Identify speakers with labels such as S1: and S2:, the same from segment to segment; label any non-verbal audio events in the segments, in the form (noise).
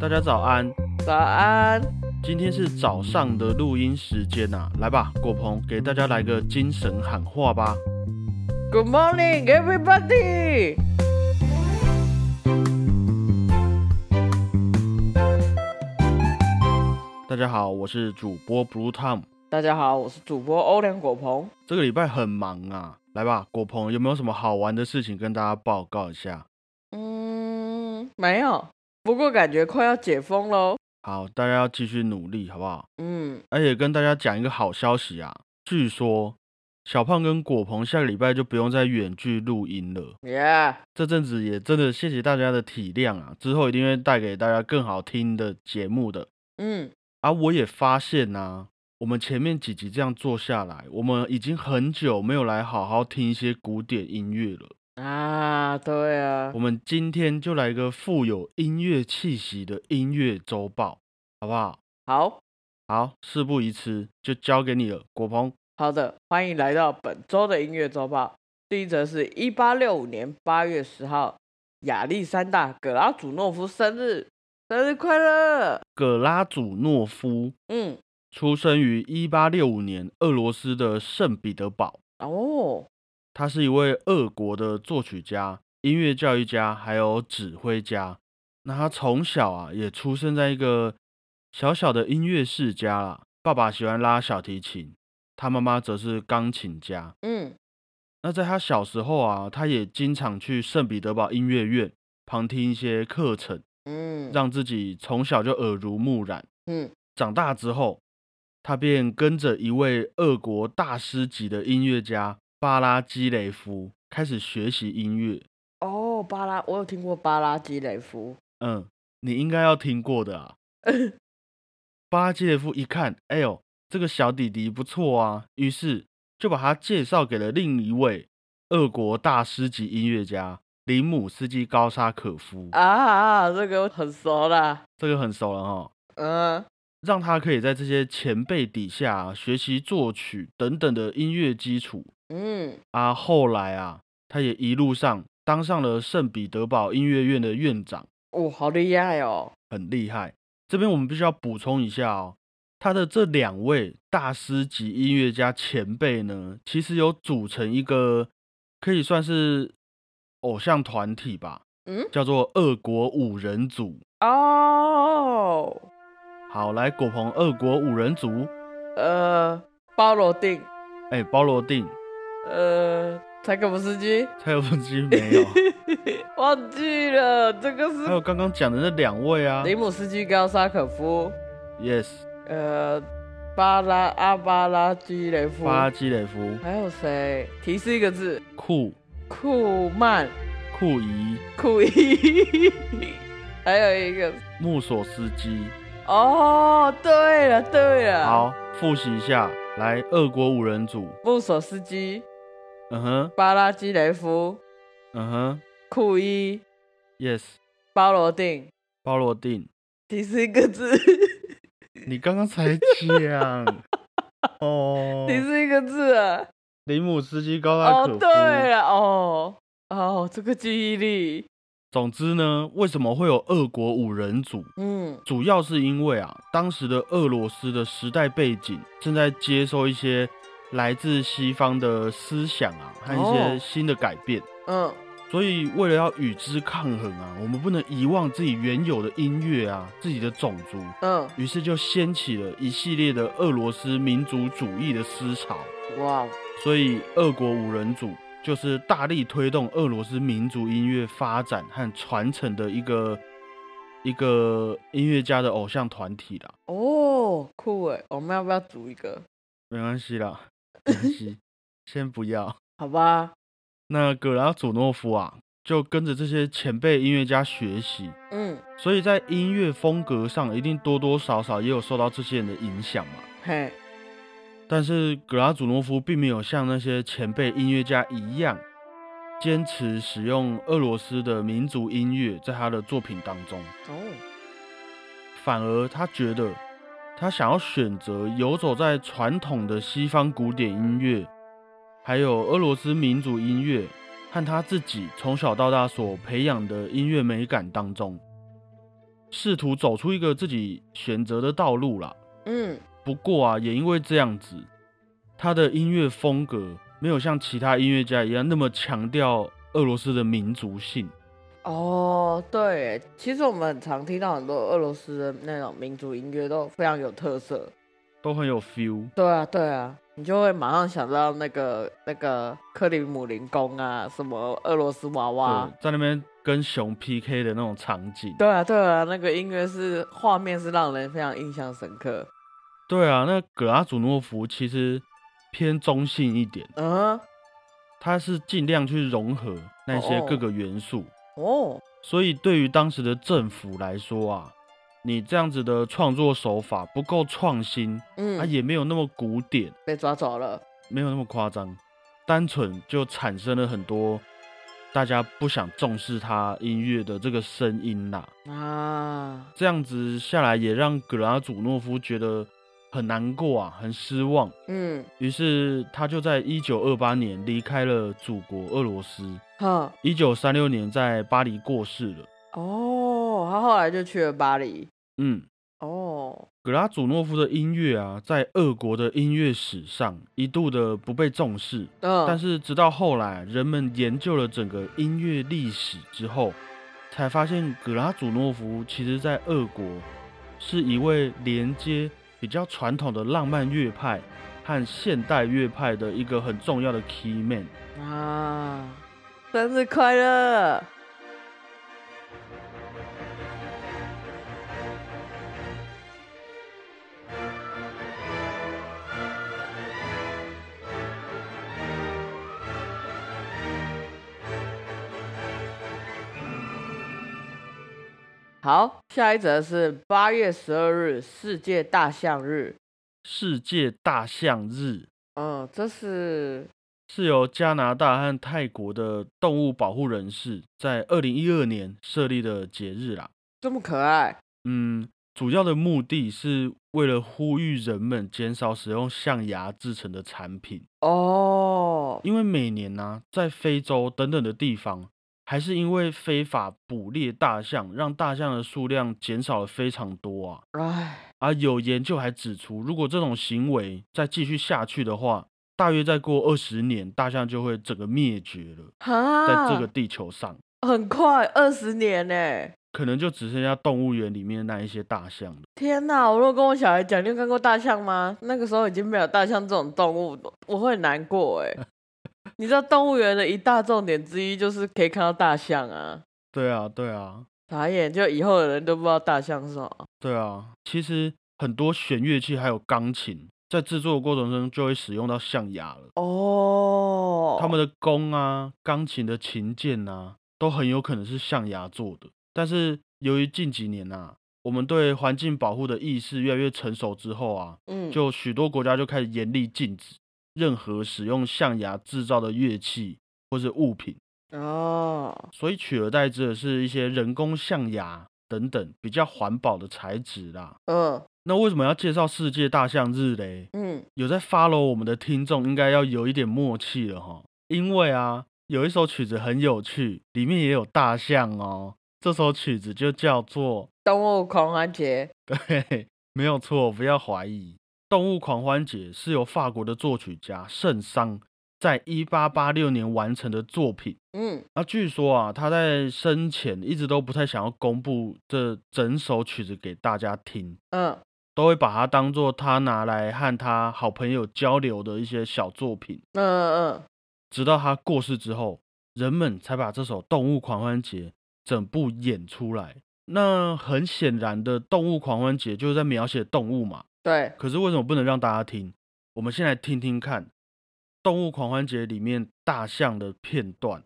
S1: 大家早安，
S2: 早安，
S1: 今天是早上的录音时间呐、啊，来吧，果鹏给大家来个精神喊话吧。
S2: Good morning, everybody！
S1: 大家好，我是主播 Blue Tom。
S2: 大家好，我是主播欧良果鹏。
S1: 这个礼拜很忙啊，来吧，果鹏有没有什么好玩的事情跟大家报告一下？
S2: 嗯，没有，不过感觉快要解封喽。
S1: 好，大家要继续努力，好不好？
S2: 嗯，
S1: 而且跟大家讲一个好消息啊，据说小胖跟果鹏下个礼拜就不用再远距录音了。
S2: 耶、
S1: 这阵子也真的谢谢大家的体谅啊，之后一定会带给大家更好听的节目的。
S2: 嗯，
S1: 啊，我也发现呐、我们前面几集这样做下来，我们已经很久没有来好好听一些古典音乐了。
S2: 啊，对啊
S1: 我，们今天就来个富有音乐气息的音乐周报，好不好？
S2: 好
S1: 好，事不宜迟，就交给你了，果鹏。
S2: 好的，欢迎来到本周的音乐周报。第一则是一八六五年八月十号，亚历山大·格拉祖诺夫生日，生日快乐！
S1: 葛拉祖诺夫
S2: 嗯，
S1: 出生于一八六五年俄罗斯的圣彼得堡。
S2: 哦，
S1: 他是一位俄国的作曲家、音乐教育家，还有指挥家。那他从小啊，也出生在一个小小的音乐世家啦。爸爸喜欢拉小提琴，他妈妈则是钢琴家。
S2: 嗯，
S1: 那在他小时候啊，他也经常去圣彼得堡音乐院旁听一些课程，
S2: 嗯，
S1: 让自己从小就耳濡目染。
S2: 嗯，
S1: 长大之后，他便跟着一位俄国大师级的音乐家巴拉基雷夫开始学习音乐。
S2: 哦，巴拉，我有听过巴拉基雷夫。
S1: 嗯，你应该要听过的啊。巴拉基雷夫一看，哎呦，这个小弟弟不错啊，于是就把他介绍给了另一位俄国大师级音乐家林姆斯基高沙可夫。
S2: 啊，这个我很熟啦。
S1: 这个很熟了哈。
S2: 嗯
S1: 让他可以在这些前辈底下啊、学习作曲等等的音乐基础，
S2: 嗯
S1: 啊，后来啊，他也一路上当上了圣彼得堡音乐院的院长，
S2: 哦，好厉害哦。
S1: 很厉害。这边我们必须要补充一下哦，他的这两位大师级音乐家前辈呢，其实有组成一个可以算是偶像团体吧，
S2: 嗯
S1: 叫做俄国五人组。
S2: 哦，
S1: 好，来果鹏，俄国五人组，
S2: 呃，包罗定，
S1: 哎，包罗定、
S2: 呃，柴可夫斯基， (laughs)
S1: 蔡有夫基没有，
S2: 忘记了，这个
S1: 还有
S2: 是
S1: 刚刚讲的那两位啊
S2: 林姆斯基高沙可夫，
S1: ，yes，
S2: 呃，巴拉阿巴拉基雷夫，
S1: 巴拉基雷夫、
S2: 还有谁？提示一个字，
S1: 库
S2: 库曼，
S1: 库伊、
S2: 库伊， (laughs) 还有一个
S1: 穆索斯基。
S2: 哦，对了对了，，
S1: 好，复习一下，来，俄国五人组，
S2: 穆索斯基、
S1: 嗯哼，
S2: 巴拉基雷夫、
S1: 嗯哼
S2: 库伊、
S1: ，yes，
S2: 包罗定，
S1: 包罗定，
S2: 提示一个字，
S1: 你刚刚才
S2: (laughs)
S1: 讲哦，
S2: 提示一个字啊。
S1: 林姆斯基高拉
S2: 哦
S1: 可，夫。
S2: 对了，哦哦，这个记忆力，
S1: 总之呢，为什么会有俄国五人组？
S2: 嗯
S1: 主要是因为啊，当时的俄罗斯的时代背景正在接受一些来自西方的思想啊，和一些
S2: 哦
S1: 新的改变。
S2: 嗯
S1: 所以，为了要与之抗衡啊，我们不能遗忘自己原有的音乐啊，自己的种族。
S2: 嗯，
S1: 于是就掀起了一系列的俄罗斯民族主义的思潮。
S2: 哇，
S1: 所以，俄国五人组就是大力推动俄罗斯民族音乐发展和传承的一个一个音乐家的偶像团体啦。
S2: 哦，酷哎，我们要不要组一个？
S1: 没关系啦，没关系，先不要。
S2: 好吧，
S1: 那格拉祖诺夫啊，就跟着这些前辈音乐家学习，
S2: 嗯
S1: 所以在音乐风格上一定多多少少也有受到这些人的影响嘛。
S2: 嘿，
S1: 但是格拉祖诺夫并没有像那些前辈音乐家一样，坚持使用俄罗斯的民族音乐在他的作品当中，
S2: 哦，
S1: 反而他觉得他想要选择游走在传统的西方古典音乐，还有俄罗斯民族音乐和他自己从小到大所培养的音乐美感当中，试图走出一个自己选择的道路啦。
S2: 嗯，
S1: 不过啊，也因为这样子，他的音乐风格没有像其他音乐家一样那么强调俄罗斯的民族性。
S2: 哦，对，其实我们很常听到很多俄罗斯的那种民族音乐都非常有特色。
S1: 都很有 feel。
S2: 对啊，对啊，你就会马上想到那个那个克里姆林宫啊，什么俄罗斯娃娃。
S1: 对，在那边跟熊 PK 的那种场景。
S2: 对啊，对啊，那个音乐是画面是让人非常印象深刻。
S1: 对啊，那格拉祖诺夫其实偏中性一点，
S2: 嗯，
S1: 他是尽量去融合那些
S2: 哦
S1: 各个元素。
S2: 哦，
S1: 所以对于当时的政府来说啊，你这样子的创作手法不够创新，
S2: 嗯，
S1: 啊也没有那么古典，
S2: 被抓走了。
S1: 没有那么夸张，单纯就产生了很多大家不想重视他音乐的这个声音啦、
S2: 啊，
S1: 这样子下来，也让格拉祖诺夫觉得很难过啊，很失望。
S2: 嗯，
S1: 于是他就在一九二八年离开了祖国俄罗斯。
S2: 哼，
S1: 一九三六年在巴黎过世了。
S2: 哦，他后来就去了巴黎。
S1: 嗯，
S2: 哦，
S1: 格拉祖诺夫的音乐啊，在俄国的音乐史上一度的不被重视，
S2: 嗯，
S1: 但是直到后来人们研究了整个音乐历史之后，才发现格拉祖诺夫其实在俄国是一位连接比较传统的浪漫乐派和现代乐派的一个很重要的 key man。
S2: 啊，生日快乐！好，下一则是八月十二日世界大象日。
S1: 世界大象日
S2: 嗯，这是
S1: 是由加拿大和泰国的动物保护人士在二零一二年设立的节日啦。
S2: 这么可爱。
S1: 嗯，主要的目的是为了呼吁人们减少使用象牙制成的产品，
S2: 哦，
S1: 因为每年呢、在非洲等等的地方，还是因为非法捕猎大象，让大象的数量减少了非常多啊。
S2: 哎，
S1: 而有研究还指出，如果这种行为再继续下去的话，大约再过二十年，大象就会整个灭绝了，
S2: 哈，
S1: 在这个地球上，
S2: 很快二十年呢、
S1: 可能就只剩下动物园里面那一些大象了。
S2: 天哪！我如果跟我小孩讲，你有看过大象吗？那个时候已经没有大象这种动物，我会很难过
S1: (laughs)
S2: 哎、你知道动物园的一大重点之一就是可以看到大象啊，
S1: 对啊，对啊。
S2: 傻眼！就以后的人都不知道大象是什么。
S1: 对啊，其实很多弦乐器还有钢琴，在制作的过程中就会使用到象牙了。
S2: 哦，
S1: 他们的弓啊、钢琴的琴键啊，都很有可能是象牙做的。但是由于近几年啊，我们对环境保护的意识越来越成熟之后啊，
S2: 嗯
S1: 就许多国家就开始严厉禁止任何使用象牙制造的乐器或是物品，
S2: 哦
S1: 所以取而代之的是一些人工象牙等等比较环保的材质啦。
S2: 嗯
S1: 那为什么要介绍世界大象日嘞？
S2: 嗯
S1: 有在 follow 我们的听众应该要有一点默契了哈，因为啊，有一首曲子很有趣，里面也有大象哦。这首曲子就叫做
S2: 动物狂欢节。
S1: 对，没有错，不要怀疑。《动物狂欢节》是由法国的作曲家圣桑在一八八六年完成的作品。
S2: 嗯
S1: 那据说啊，他在生前一直都不太想要公布这整首曲子给大家听，
S2: 嗯
S1: 都会把它当做他拿来和他好朋友交流的一些小作品。
S2: 嗯嗯
S1: 直到他过世之后，人们才把这首《动物狂欢节》整部演出来。那很显然的，《动物狂欢节》就是在描写动物嘛。
S2: 对，
S1: 可是为什么不能让大家听？我们先来听听看《动物狂欢节》里面大象的片段。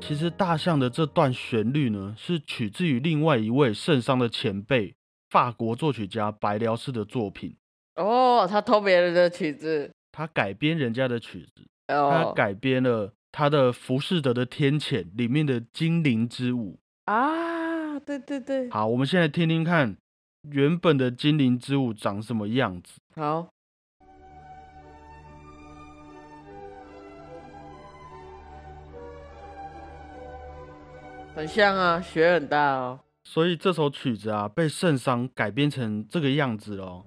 S1: 其实大象的这段旋律呢，是取自于另外一位圣桑的前辈法国作曲家白辽士的作品，
S2: 哦，他偷别人的曲子，
S1: 他改编人家的曲子，他
S2: 哦，
S1: 改编了他的《浮士德的天谴》里面的《精灵之舞
S2: 啊，对对对》。，
S1: 好，我们现在听听看原本的《精灵之舞》长什么样子。
S2: 好，很像啊，雪很大哦。
S1: 所以这首曲子啊，被圣桑改编成这个样子哦。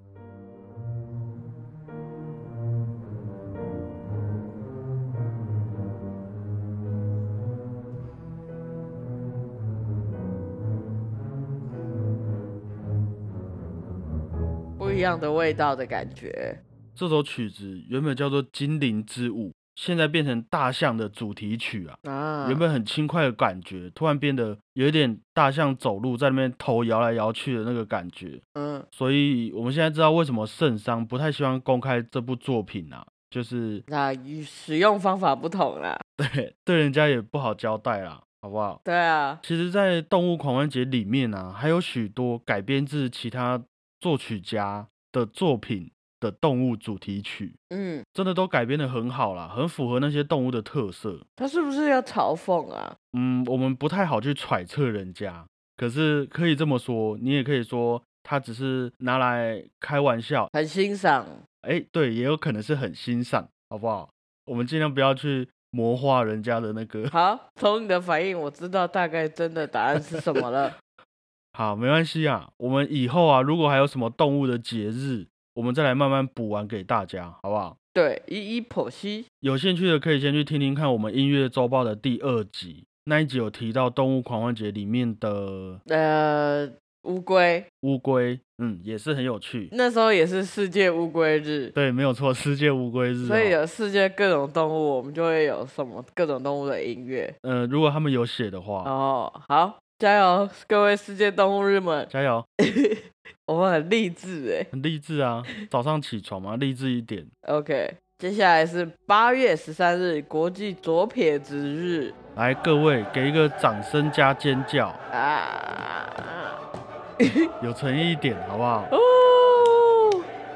S2: 不一样的味道的感觉。
S1: 这首曲子原本叫做《精灵之舞》，现在变成大象的主题曲啊。
S2: 啊，
S1: 原本很轻快的感觉，突然变得有一点大象走路在那边头摇来摇去的那个感觉。
S2: 嗯
S1: 所以我们现在知道为什么圣桑不太希望公开这部作品啊，就是
S2: 那与使用方法不同啦。
S1: 对对人家也不好交代啦，好不好？
S2: 对啊，
S1: 其实，在《动物狂欢节》里面啊，还有许多改编自其他作曲家的作品的动物主题曲，
S2: 嗯，
S1: 真的都改编的很好啦，很符合那些动物的特色。
S2: 他是不是要嘲讽啊？
S1: 嗯，我们不太好去揣测人家，可是可以这么说，你也可以说他只是拿来开玩笑，
S2: 很欣赏，
S1: 哎，对，也有可能是很欣赏，好不好？我们尽量不要去魔化人家的那个。
S2: 好，从你的反应，我知道大概真的答案是什么
S1: (laughs)
S2: 了。
S1: 好，没关系啊，我们以后啊，如果还有什么动物的节日，我们再来慢慢补完给大家，好不好？
S2: 对，一一剖析。
S1: 有兴趣的可以先去听听看我们音乐周报的第二集，那一集有提到动物狂欢节里面的
S2: 呃，乌龟
S1: 乌龟，嗯，也是很有趣。
S2: 那时候也是世界乌龟日，
S1: 对，没有错，世界乌龟日、哦。
S2: 所以有世界各种动物，我们就会有什么各种动物的音乐。
S1: 呃，如果他们有写的话，
S2: 哦，好，加油，各位世界动物日们，
S1: 加油，
S2: 我们很励志哎。
S1: 很励志啊！早上起床嘛，励志一点。
S2: OK，接下来是八月十三日国际左撇子日
S1: 来，各位给一个掌声加尖叫，
S2: 啊！
S1: 有诚意一点，好不好？
S2: 哦，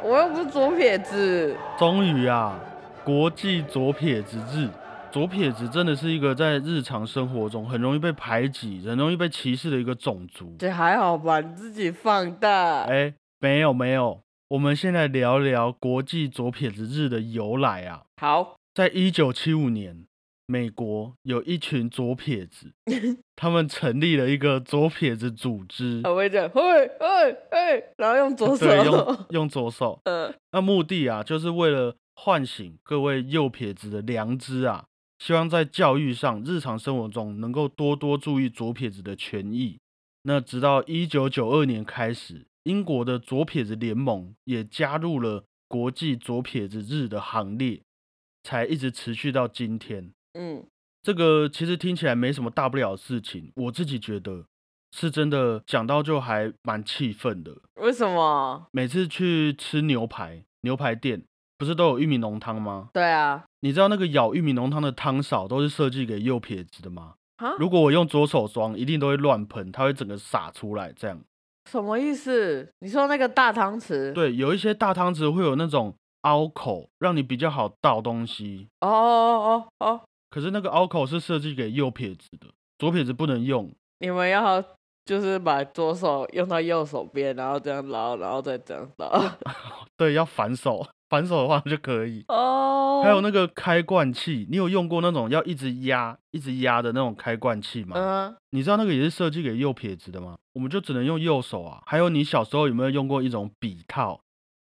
S2: 我又不是左撇子，
S1: 终于啊，国际左撇子日，左撇子真的是一个在日常生活中很容易被排挤、很容易被歧视的一个种族。
S2: 这还好吧？你自己放大。
S1: 哎，没有没有，我们先来聊聊国际左撇子日的由来啊。
S2: 好，
S1: 在一九七五年，美国有一群左撇
S2: (laughs)
S1: 子，他们成立了一个左撇子组织，
S2: 我会讲，嘿，嘿，嘿，然后用哦左
S1: (laughs)
S2: 手，
S1: 对，
S2: (laughs)
S1: 用用左手。
S2: 呃，
S1: 那目的啊，就是为了唤醒各位右撇子的良知啊，希望在教育上、日常生活中能够多多注意左撇子的权益。那直到一九九二年开始，英国的左撇子联盟也加入了国际左撇子日的行列，才一直持续到今天。
S2: 嗯，
S1: 这个其实听起来没什么大不了的事情，我自己觉得是真的讲到就还蛮气愤的。
S2: 为什么？
S1: 每次去吃牛排，牛排店不是都有玉米浓汤吗？
S2: 对啊，
S1: 你知道那个舀玉米浓汤的汤勺都是设计给右撇子的吗？
S2: 啊，
S1: 如果我用左手装，一定都会乱喷，它会整个洒出来。这样
S2: 什么意思？你说那个大汤匙？，
S1: 对，有一些大汤匙会有那种凹口，让你比较好倒东西。
S2: 哦哦哦哦，
S1: 可是那个凹口是设计给右撇子的，左撇子不能用。
S2: 你们要就是把左手用到右手边，然后这样捞，然后再这样捞。
S1: 对，要反手，反手的话就可以。
S2: 哦，
S1: 还有那个开罐器，你有用过那种要一直压、一直压的那种开罐器吗？
S2: 嗯，
S1: 你知道那个也是设计给右撇子的吗？我们就只能用右手啊。还有，你小时候有没有用过一种笔套？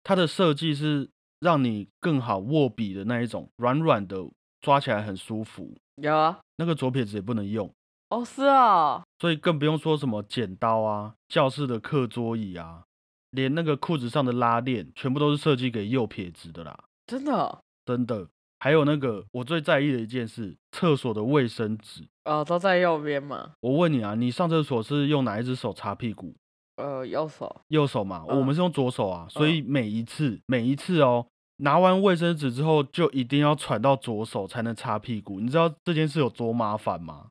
S1: 它的设计是让你更好握笔的那一种，软软的，抓起来很舒服。
S2: 有啊，
S1: 那个左撇子也不能用，
S2: 哦是啊，
S1: 所以更不用说什么剪刀啊、教室的课桌椅啊，连那个裤子上的拉链，全部都是设计给右撇子的啦，
S2: 真的哦
S1: 真的。还有那个我最在意的一件事，厕所的卫生纸。
S2: 哦，都在右边嘛，
S1: 我问你啊，你上厕所是用哪一只手擦屁股？
S2: 呃，右手，
S1: 右手嘛，我
S2: 嗯
S1: 们是用左手啊，所
S2: 嗯
S1: 以每一次每一次哦，拿完卫生纸之后就一定要传到左手才能擦屁股，你知道这件事有多麻烦吗？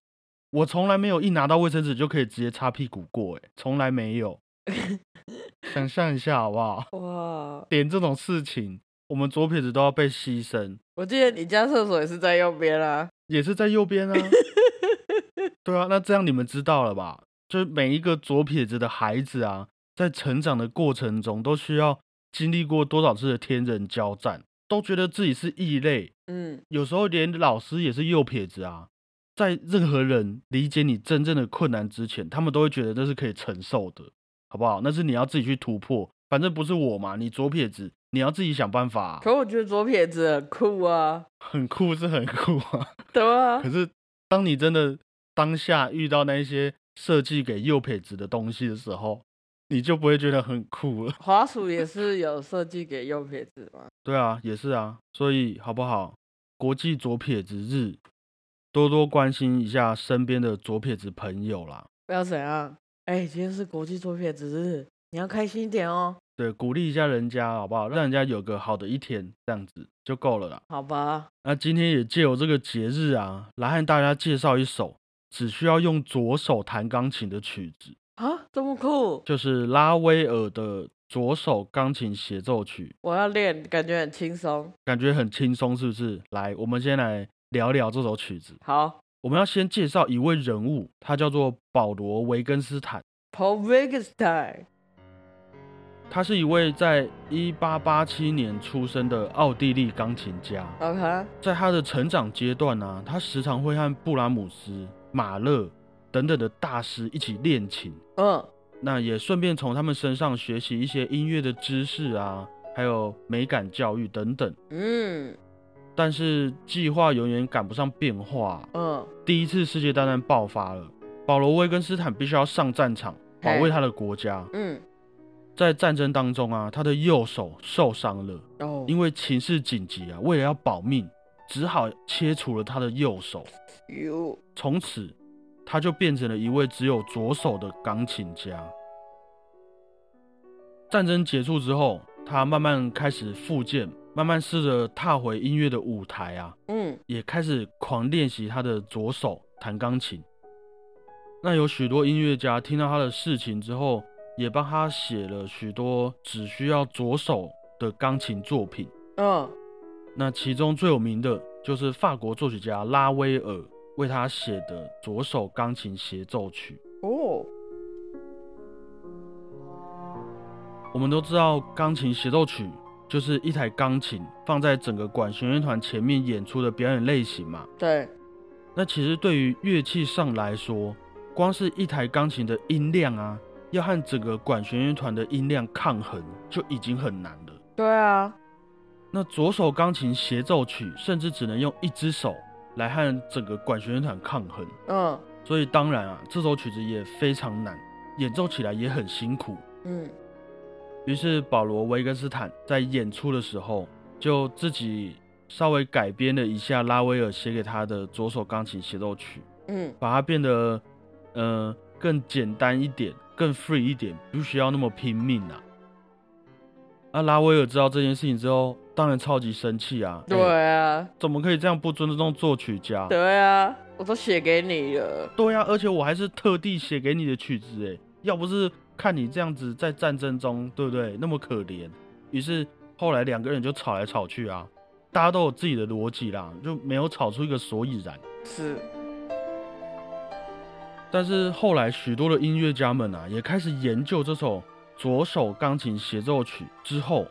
S1: 我从来没有一拿到卫生纸就可以直接擦屁股过、欸，哎，从来没有。想象一下好不好？ (laughs)
S2: 哇，
S1: 连这种事情，我们左撇子都要被牺牲，
S2: 我记得你家厕所也是在右边啦。
S1: 也是在右边啊。对啊，那这样你们知道了吧？就是每一个左撇子的孩子啊，在成长的过程中，都需要经历过多少次的天人交战，都觉得自己是异类，
S2: 嗯，
S1: 有时候连老师也是右撇子啊。在任何人理解你真正的困难之前，他们都会觉得那是可以承受的，好不好？那是你要自己去突破，反正不是我嘛，你左撇子，你要自己想办法啊、
S2: 可我觉得左撇子很酷啊，
S1: 很酷是很酷啊，
S2: 对啊
S1: 可，是当你真的当下遇到那一些设计给右撇子的东西的时候，你就不会觉得很酷了。
S2: 滑鼠也是有设计给右撇子嘛。
S1: 对啊，也是啊，所以好不好？国际左撇子日，多多关心一下身边的左撇子朋友啦。
S2: 不要怎样？哎、今天是国际左撇子日，你要开心一点哦。
S1: 对，鼓励一下人家好不好？让人家有个好的一天，这样子就够了啦。
S2: 好吧，
S1: 那今天也借由这个节日啊，来和大家介绍一首只需要用左手弹钢琴的曲子，
S2: 啊，这么酷，
S1: 就是拉威尔的左手钢琴协奏曲，
S2: 我要练，感觉很轻松。
S1: 感觉很轻松，是不是？来，我们先来聊聊这首曲子。
S2: 好
S1: 我们要先介绍一位人物，他叫做保罗·维根斯坦。
S2: ，Paul w i g g s t e i
S1: 他是一位在1887年出生的奥地利钢琴家。
S2: n OK，
S1: 在他的成长阶段呢、他时常会和布拉姆斯、马勒等等的大师一起练琴，
S2: 嗯，
S1: 那也顺便从他们身上学习一些音乐的知识啊，还有美感教育等等。
S2: 嗯，
S1: 但是计划永远赶不上变化，
S2: 嗯，
S1: 第一次世界大战爆发了，保罗·威根斯坦必须要上战场保卫他的国家。
S2: 嗯，
S1: 在战争当中啊，他的右手受伤了，
S2: 哦，
S1: 因为情势紧急啊，为了要保命，只好切除了他的右手。
S2: 有，
S1: 从此，他就变成了一位只有左手的钢琴家。战争结束之后，他慢慢开始复健，慢慢试着踏回音乐的舞台啊，
S2: 嗯，
S1: 也开始狂练习他的左手弹钢琴。那有许多音乐家听到他的事情之后，也帮他写了许多只需要左手的钢琴作品。
S2: 嗯，
S1: 那其中最有名的就是法国作曲家拉威尔为他写的《左手钢琴协奏曲
S2: 哦，》。
S1: 我们都知道，钢琴协奏曲就是一台钢琴放在整个管弦乐团前面演出的表演类型嘛。
S2: 对，
S1: 那其实对于乐器上来说，光是一台钢琴的音量啊，要和整个管弦乐团的音量抗衡，就已经很难了。
S2: 对啊，
S1: 那左手钢琴协奏曲甚至只能用一只手来和整个管弦乐团抗衡。
S2: 嗯，
S1: 所以当然啊，这首曲子也非常难，演奏起来也很辛苦。
S2: 嗯，
S1: 于是保罗·维根斯坦在演出的时候，就自己稍微改编了一下拉威尔写给他的左手钢琴协奏曲，
S2: 嗯，
S1: 把它变得呃更简单一点，更 free 一点，不需要那么拼命啊。那、拉威尔知道这件事情之后，当然超级生气啊！哎
S2: 对啊，
S1: 怎么可以这样不尊重作曲家？
S2: 对啊，我都写给你了。
S1: 对啊，而且我还是特地写给你的曲子哎，要不是看你这样子在战争中，对不对？那么可怜，于是后来两个人就吵来吵去啊，大家都有自己的逻辑啦，就没有吵出一个所以然。
S2: 是，
S1: 但是后来许多的音乐家们啊，也开始研究这首左手钢琴协奏曲之后，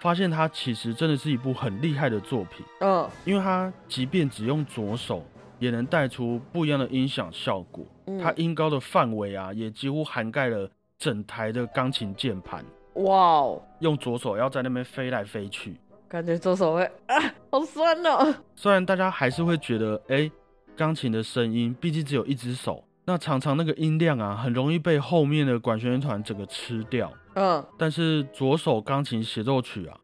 S1: 发现它其实真的是一部很厉害的作品，
S2: 嗯，
S1: 因为它即便只用左手，也能带出不一样的音响效果。
S2: 嗯
S1: 它音高的范围啊，也几乎涵盖了整台的钢琴键盘。
S2: 哇哦，
S1: 用左手要在那边飞来飞去，
S2: 感觉左手会啊，好酸哦。
S1: 虽然大家还是会觉得，哎，钢琴的声音毕竟只有一只手，那常常那个音量啊，很容易被后面的管弦乐团整个吃掉。
S2: 嗯，
S1: 但是左手钢琴协奏曲啊，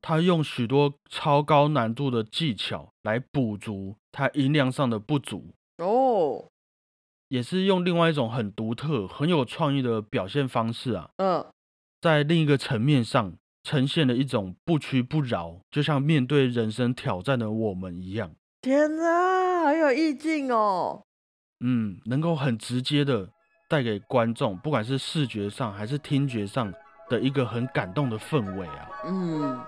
S1: 它用许多超高难度的技巧来补足它音量上的不足，
S2: 哦，
S1: 也是用另外一种很独特、很有创意的表现方式啊，
S2: 嗯，
S1: 在另一个层面上呈现了一种不屈不挠，就像面对人生挑战的我们一样。
S2: 天哪，好有意境哦。
S1: 嗯，能够很直接的带给观众，不管是视觉上还是听觉上的一个很感动的氛围啊。
S2: 嗯，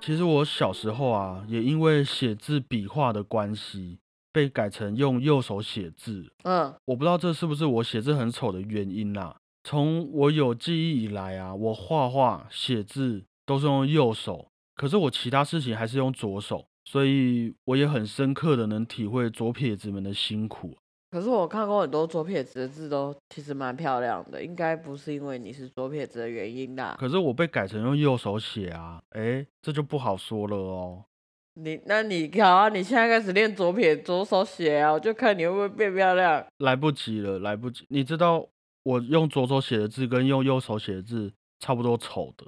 S1: 其实我小时候啊，也因为写字笔画的关系，被改成用右手写字。
S2: 嗯，
S1: 我不知道这是不是我写字很丑的原因啦、从我有记忆以来啊，我画画、写字都是用右手，可是我其他事情还是用左手，所以我也很深刻的能体会左撇子们的辛苦。
S2: 可是我看过很多左撇子的字都其实蛮漂亮的，应该不是因为你是左撇子的原因啦。
S1: 可是我被改成用右手写啊，诶，这就不好说了哦。
S2: 你那你好啊，你现在开始练左撇左手写啊，我就看你会不会变漂亮。
S1: 来不及了，来不及。你知道我用左手写的字跟用右手写的字差不多丑的，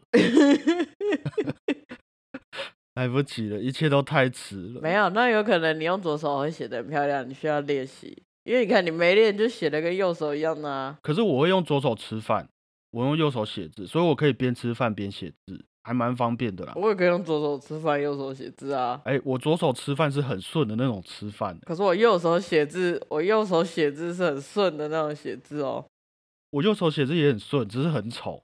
S1: 来不及了，一切都太迟了。
S2: (laughs) 没有，那有可能你用左手会写的很漂亮，你需要练习，因为你看你没练就写的跟右手一样的啊。
S1: 可是我会用左手吃饭，我用右手写字，所以我可以边吃饭边写字，还蛮方便的啦。
S2: 我也可以用左手吃饭，右手写字啊。
S1: 哎、我左手吃饭是很顺的那种吃饭，
S2: 可是我右手写字，我右手写字是很顺的那种写字哦。
S1: 我右手写字也很顺，只是很丑。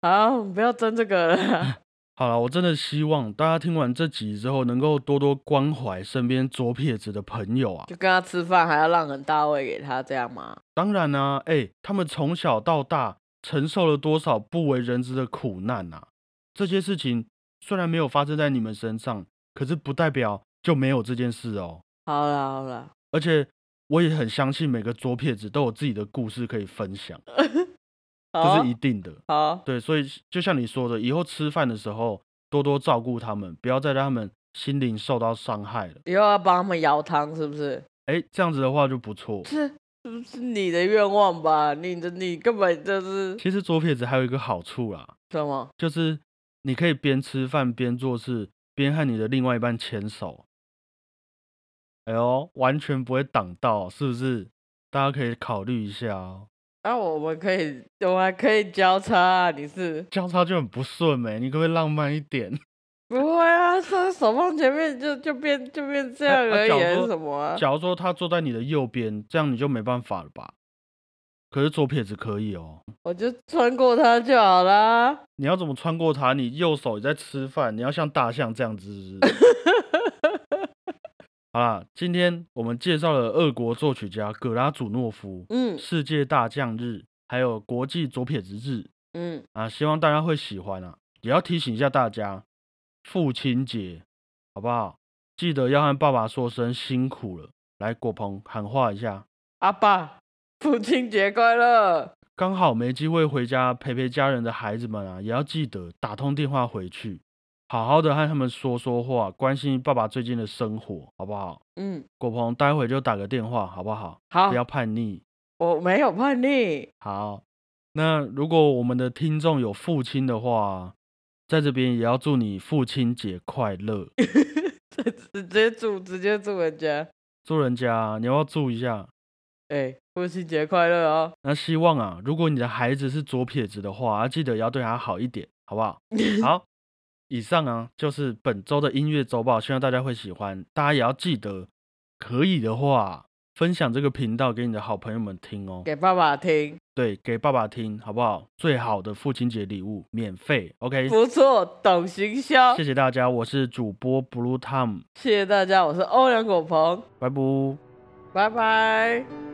S2: 好，不要争这个了啦。
S1: 好了，我真的希望大家听完这集之后，能够多多关怀身边左撇子的朋友啊。
S2: 就跟他吃饭还要让很大位给他，这样吗？
S1: 当然啦、哎、他们从小到大承受了多少不为人知的苦难啊！这些事情虽然没有发生在你们身上，可是不代表就没有这件事哦。
S2: 好啦好啦，
S1: 而且我也很相信每个左撇子都有自己的故事可以分享，这
S2: 好啊
S1: 是一定的。
S2: 好啊，
S1: 对，所以就像你说的，以后吃饭的时候多多照顾他们，不要再让他们心灵受到伤害了。
S2: 以后要帮他们舀汤，是不是？
S1: 哎，这样子的话就不错。
S2: 这是不是你的愿望吧？你的你根本就是
S1: 其实左撇子还有一个好处啦，
S2: 什么？
S1: 就是你可以边吃饭边做事，边和你的另外一半牵手。哎呦，完全不会挡到，是不是？大家可以考虑一下哦。
S2: 那、我们可以，我还可以交叉、啊，你是
S1: 交叉就很不顺没、你可不可以浪漫一点？ (laughs)
S2: 不会啊？这手放前面就就变就变这样
S1: 啊
S2: 而已，
S1: 假
S2: 还
S1: 如
S2: 是什么啊？
S1: 假如说他坐在你的右边，这样你就没办法了吧？可是左撇子可以哦。
S2: 我就穿过它就好啦。
S1: 你要怎么穿过它？你右手也在吃饭，你要像大象这样子是 (laughs) 不是。好啦，今天我们介绍了俄国作曲家格拉祖诺夫。
S2: 嗯
S1: 世界大将日，还有国际左撇子日
S2: 嗯，
S1: 啊，希望大家会喜欢啊。也要提醒一下大家，父亲节好不好？记得要和爸爸说声辛苦了。来，果鹏喊话一下，
S2: 阿爸，父亲节快乐！
S1: 刚好没机会回家陪陪家人的孩子们啊，也要记得打通电话回去，好好的和他们说说话，关心爸爸最近的生活，好不好？
S2: 嗯，
S1: 果鹏待会就打个电话，好不好？
S2: 好
S1: 不，要叛逆。
S2: 我没有叛逆。 (laughs)
S1: 好，那如果我们的听众有父亲的话，在这边也要祝你父亲节快乐。
S2: 直接住，直接住人家。
S1: 祝人家，你要不要祝一下？
S2: 哎、父亲节快乐哦！
S1: 那希望啊，如果你的孩子是左撇子的话，啊记得要对他好一点，好不好？好，以上啊就是本周的音乐周报，希望大家会喜欢。大家也要记得，可以的话分享这个频道给你的好朋友们听哦。
S2: 给爸爸听，
S1: 对，给爸爸听，好不好？最好的父亲节礼物，免费。OK，
S2: 不错，懂行销。
S1: 谢谢大家，我是主播 Blue Tom，
S2: 谢谢大家，我是欧阳果鹏，
S1: 拜拜。
S2: 拜拜。